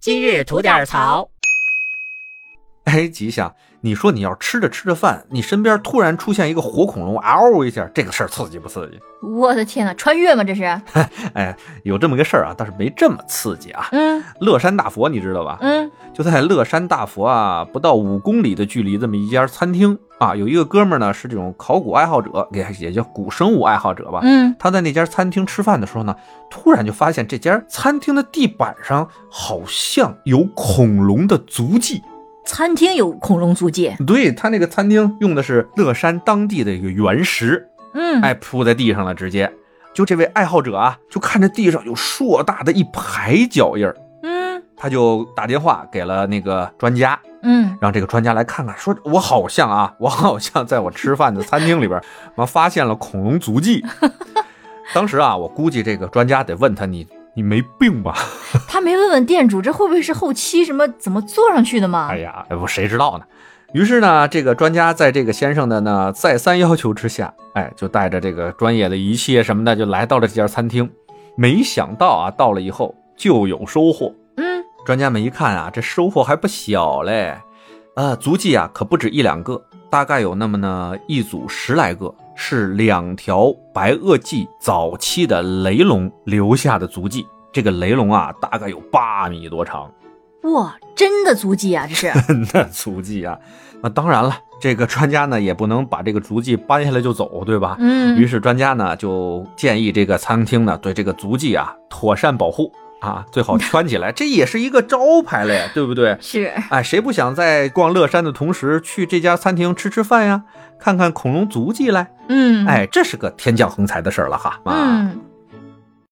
今日吐点槽。 哎，吉祥，你说你要吃着吃着饭，你身边突然出现一个火恐龙，嗷一下，这个事儿刺激不刺激？ 我的天哪，穿越吗？这是？哎，有这么个事儿啊，但是没这么刺激啊。嗯乐山大佛你知道吧？嗯，就在乐山大佛啊不到五公里的距离，这么一家餐厅啊，有一个哥们儿呢是这种考古爱好者，也也叫古生物爱好者吧。嗯，他在那家餐厅吃饭的时候呢，突然就发现这家餐厅的地板上好像有恐龙的足迹。餐厅有恐龙足迹。对他那个餐厅用的是乐山当地的一个原石，嗯，哎，铺在地上了，直接。就这位爱好者啊，就看着地上有硕大的一排脚印儿，嗯他就打电话给了那个专家，嗯，让这个专家来看看，说我好像啊，我好像在我吃饭的餐厅里边儿，妈发现了恐龙足迹。当时啊，我估计这个专家得问他你你没病吧？他没问问店主，这会不会是后期什么怎么做上去的吗？哎呀，我谁知道呢？于是呢，这个专家在这个先生的呢再三要求之下，哎，就带着这个专业的仪器啊什么的，就来到了这家餐厅。没想到啊，到了以后就有收获。嗯，专家们一看啊，这收获还不小嘞，啊，足迹啊可不止一两个，大概有那么呢一组十来个，是两条白垩纪早期的雷龙留下的足迹。这个雷龙啊，大概有八米多长。哇，真的足迹啊，这 是。那足迹啊。那当然了，这个专家呢也不能把这个足迹搬下来就走，对吧？于嗯是专家呢就建议这个餐厅呢对这个足迹啊妥善保护啊，最好圈起来，这也是一个招牌嘞，对不对？是，哎，谁不想在逛乐山的同时去这家餐厅吃吃饭呀，看看恐龙足迹来？哎嗯，哎，这是个天降横财的事儿了哈。啊，嗯，